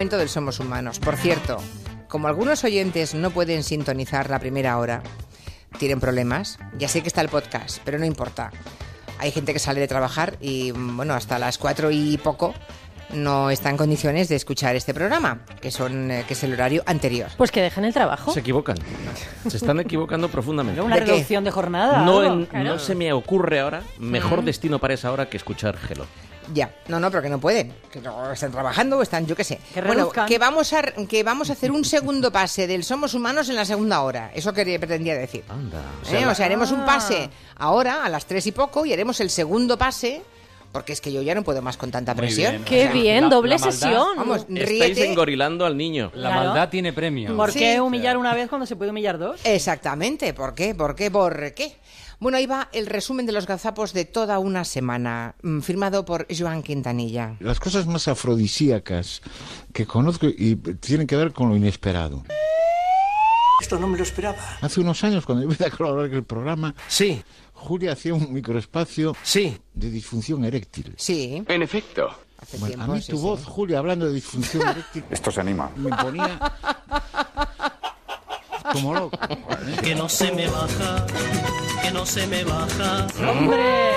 momento del Somos Humanos. Por cierto, como algunos oyentes no pueden sintonizar la primera hora, tienen problemas. Ya sé que está el podcast, pero no importa. Hay gente que sale de trabajar y, bueno, hasta las cuatro y poco no está en condiciones de escuchar este programa, que, son, eh, que es el horario anterior. Pues que dejen el trabajo. Se equivocan. Se están equivocando profundamente. Una ¿De qué? reducción de jornada. No, algo, en- claro. no se me ocurre ahora mejor destino para esa hora que escuchar Hello. Ya, no, no, pero que no pueden, que no están trabajando o están, yo qué sé. Que bueno, reduzcan. que vamos, a, que vamos a hacer un segundo pase del Somos Humanos en la segunda hora, eso que pretendía decir. Anda. ¿eh? O sea, haremos un pase ahora a las tres y poco y haremos el segundo pase, porque es que yo ya no puedo más con tanta Muy presión. bien, Qué O sea, bien, la- doble la maldad. sesión. Vamos, Estáis ríete. engorilando al niño. La Claro. maldad tiene premio. ¿Por Sí. qué humillar una vez cuando se puede humillar dos? Exactamente, ¿por qué? ¿Por qué? ¿Por qué? Bueno, ahí va el resumen de los gazapos de toda una semana, mm, firmado por Joan Quintanilla. las cosas más afrodisíacas que conozco y tienen que ver con lo inesperado. Esto no me lo esperaba. Hace unos años, cuando yo empecé a colaborar en el programa, Sí, Julia hacía un microespacio sí. de disfunción eréctil. Sí, En efecto. hace Bueno, tiempo. a mí sí, tu sí. voz, Julia, hablando de disfunción eréctil, Esto se anima. me ponía como loco. Pues Que no se me baja, que no se me baja. ¡Hombre!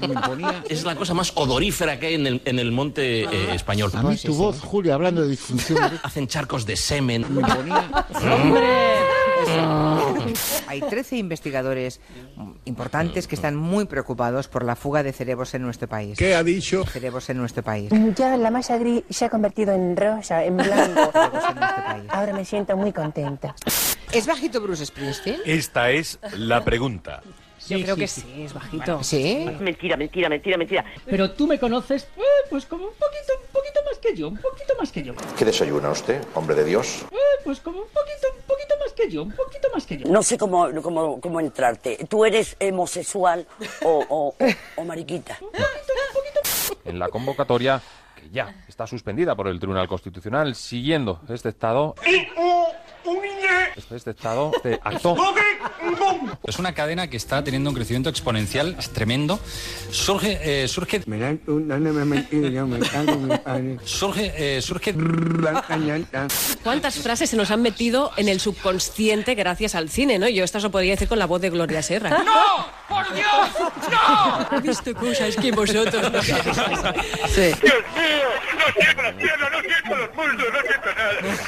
Me ponía... Es la cosa más odorífera que hay en el, en el monte eh, español. A mí tu voz, Julia, hablando de disfunción eréctil, Hacen charcos de semen. me ponía... ¡Hombre! Hay 13 investigadores mm, importantes que están muy preocupados por la fuga de cerebros en nuestro país. ha dicho? Cerebros en nuestro país. Ya la masa gris se ha convertido en rosa, en blanco. Cerebros en nuestro país. Ahora me siento muy contenta. ¿Es bajito Bruce Springsteen? Esta es la pregunta. Yo creo que sí, es bajito. Sí. Mentira, mentira, mentira, mentira. Pero tú me conoces, eh, pues como un poquito, un poquito más que yo, un poquito más que yo. ¿Qué desayuna usted, hombre de Dios? Eh, pues como un poquito, un poquito más que yo, un poquito más que yo. No sé cómo, cómo, cómo entrarte. ¿Tú eres homosexual o, o, o- o mariquita? En la convocatoria, que ya está suspendida por el Tribunal Constitucional, siguiendo este estado. Este estado de acto. Es una cadena que está teniendo un crecimiento exponencial es tremendo. Surge, eh, surge, surge, eh, surge. ¿Cuántas frases se nos han metido en el subconsciente gracias al cine, no? Yo esto lo podría decir con la voz de Gloria Serra. ¡No! ¡Por Dios! ¡No! He visto cosas que vosotros no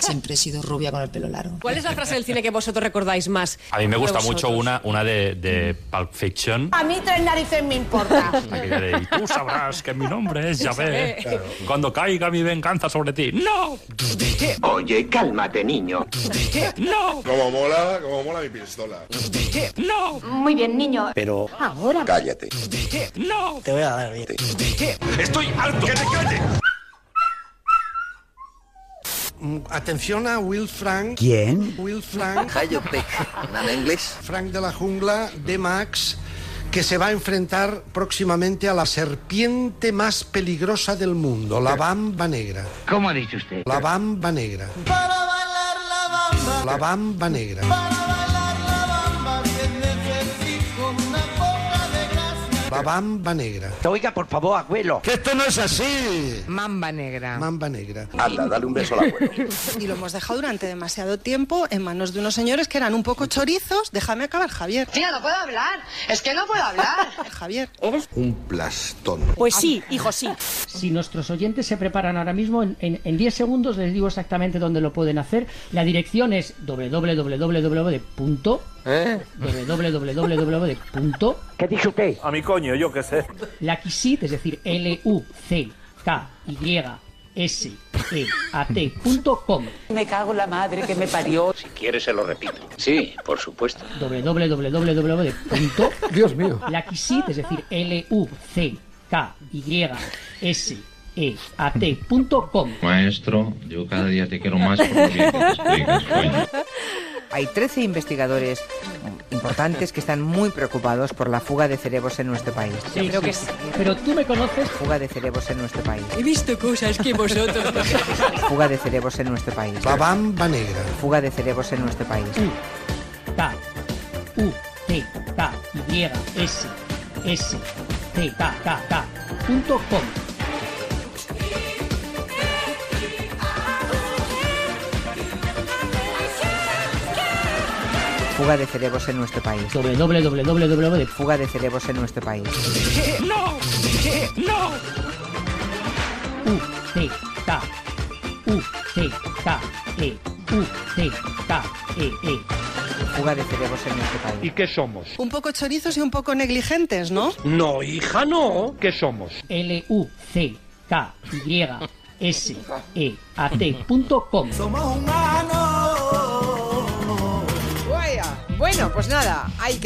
Siempre he sido rubia con el pelo largo. ¿Cuál es la frase del cine que vosotros recordáis más? A mí me gusta De vosotros. mucho una, una de, de Pulp Fiction. A mí tres narices me importa. aquella de, "Y tú sabrás que mi nombre es Yahvé. Yahvé. Claro. Cuando caiga mi venganza sobre ti. ¡No! Oye, cálmate, niño. ¡No! Como mola, como mola mi pistola. ¡No! Muy bien, niño. Pero ahora. Cállate. ¡No! Te voy a dar bien. ¡Estoy harto! ¡Que te calles! Atención a Will Frank. ¿Quién? Will Frank, Cállate. Nada inglés. Frank de la jungla, de Max, que se va a enfrentar próximamente a la serpiente más peligrosa del mundo, la bamba negra. ¿Cómo ha dicho usted? La bamba negra. la bamba. negra. La bamba negra. Oiga, por favor, abuelo. ¡Que esto no es así! Mamba negra. Mamba negra. Anda, dale un beso al abuelo. Y lo hemos dejado durante demasiado tiempo en manos de unos señores que eran un poco chorizos. Déjame acabar, Javier. Tía, no puedo hablar. Es que no puedo hablar. Javier. Un plastón. Pues sí, hijo, sí. Si nuestros oyentes se preparan ahora mismo, en, en, en 10 segundos les digo exactamente dónde lo pueden hacer. La dirección es www. punto, www. de punto, A mi coño, yo qué sé. la Quisit, es decir, E L-U-C-K-Y-S-E-A-T.com. Me cago en la madre que me parió. Si quieres, se lo repito. Sí, por supuesto. www. de punto, Dios mío. La Quisit, es decir, E L-U-C-K-Y-S-E-A-T.com. Maestro, yo cada día te quiero más porque te explicas, coño. Hay 13 investigadores mm, importantes que están muy preocupados por la fuga de cerebros en nuestro país. Yo creo que sí. Pero tú me conoces. Fuga de cerebros en nuestro país. He visto cosas que vosotros no Fuga de cerebros en nuestro país. La bamba negra. Fuga de cerebros en nuestro país. K U T K Y S S T K K K punto com. Fuga de cerebros en nuestro país. www. Fuga de cerebros en nuestro país. ¡No! ¡No! U, T, ta. U, T, ta, E. U, T, ta, E, E. Fuga de cerebros en nuestro país. ¿Y qué somos? Un poco chorizos y un poco negligentes, ¿no? No, hija, no. ¿Qué somos? L, U, C, K, Y, S, E, A, T, punto com. Guaya. Bueno, pues nada, hay que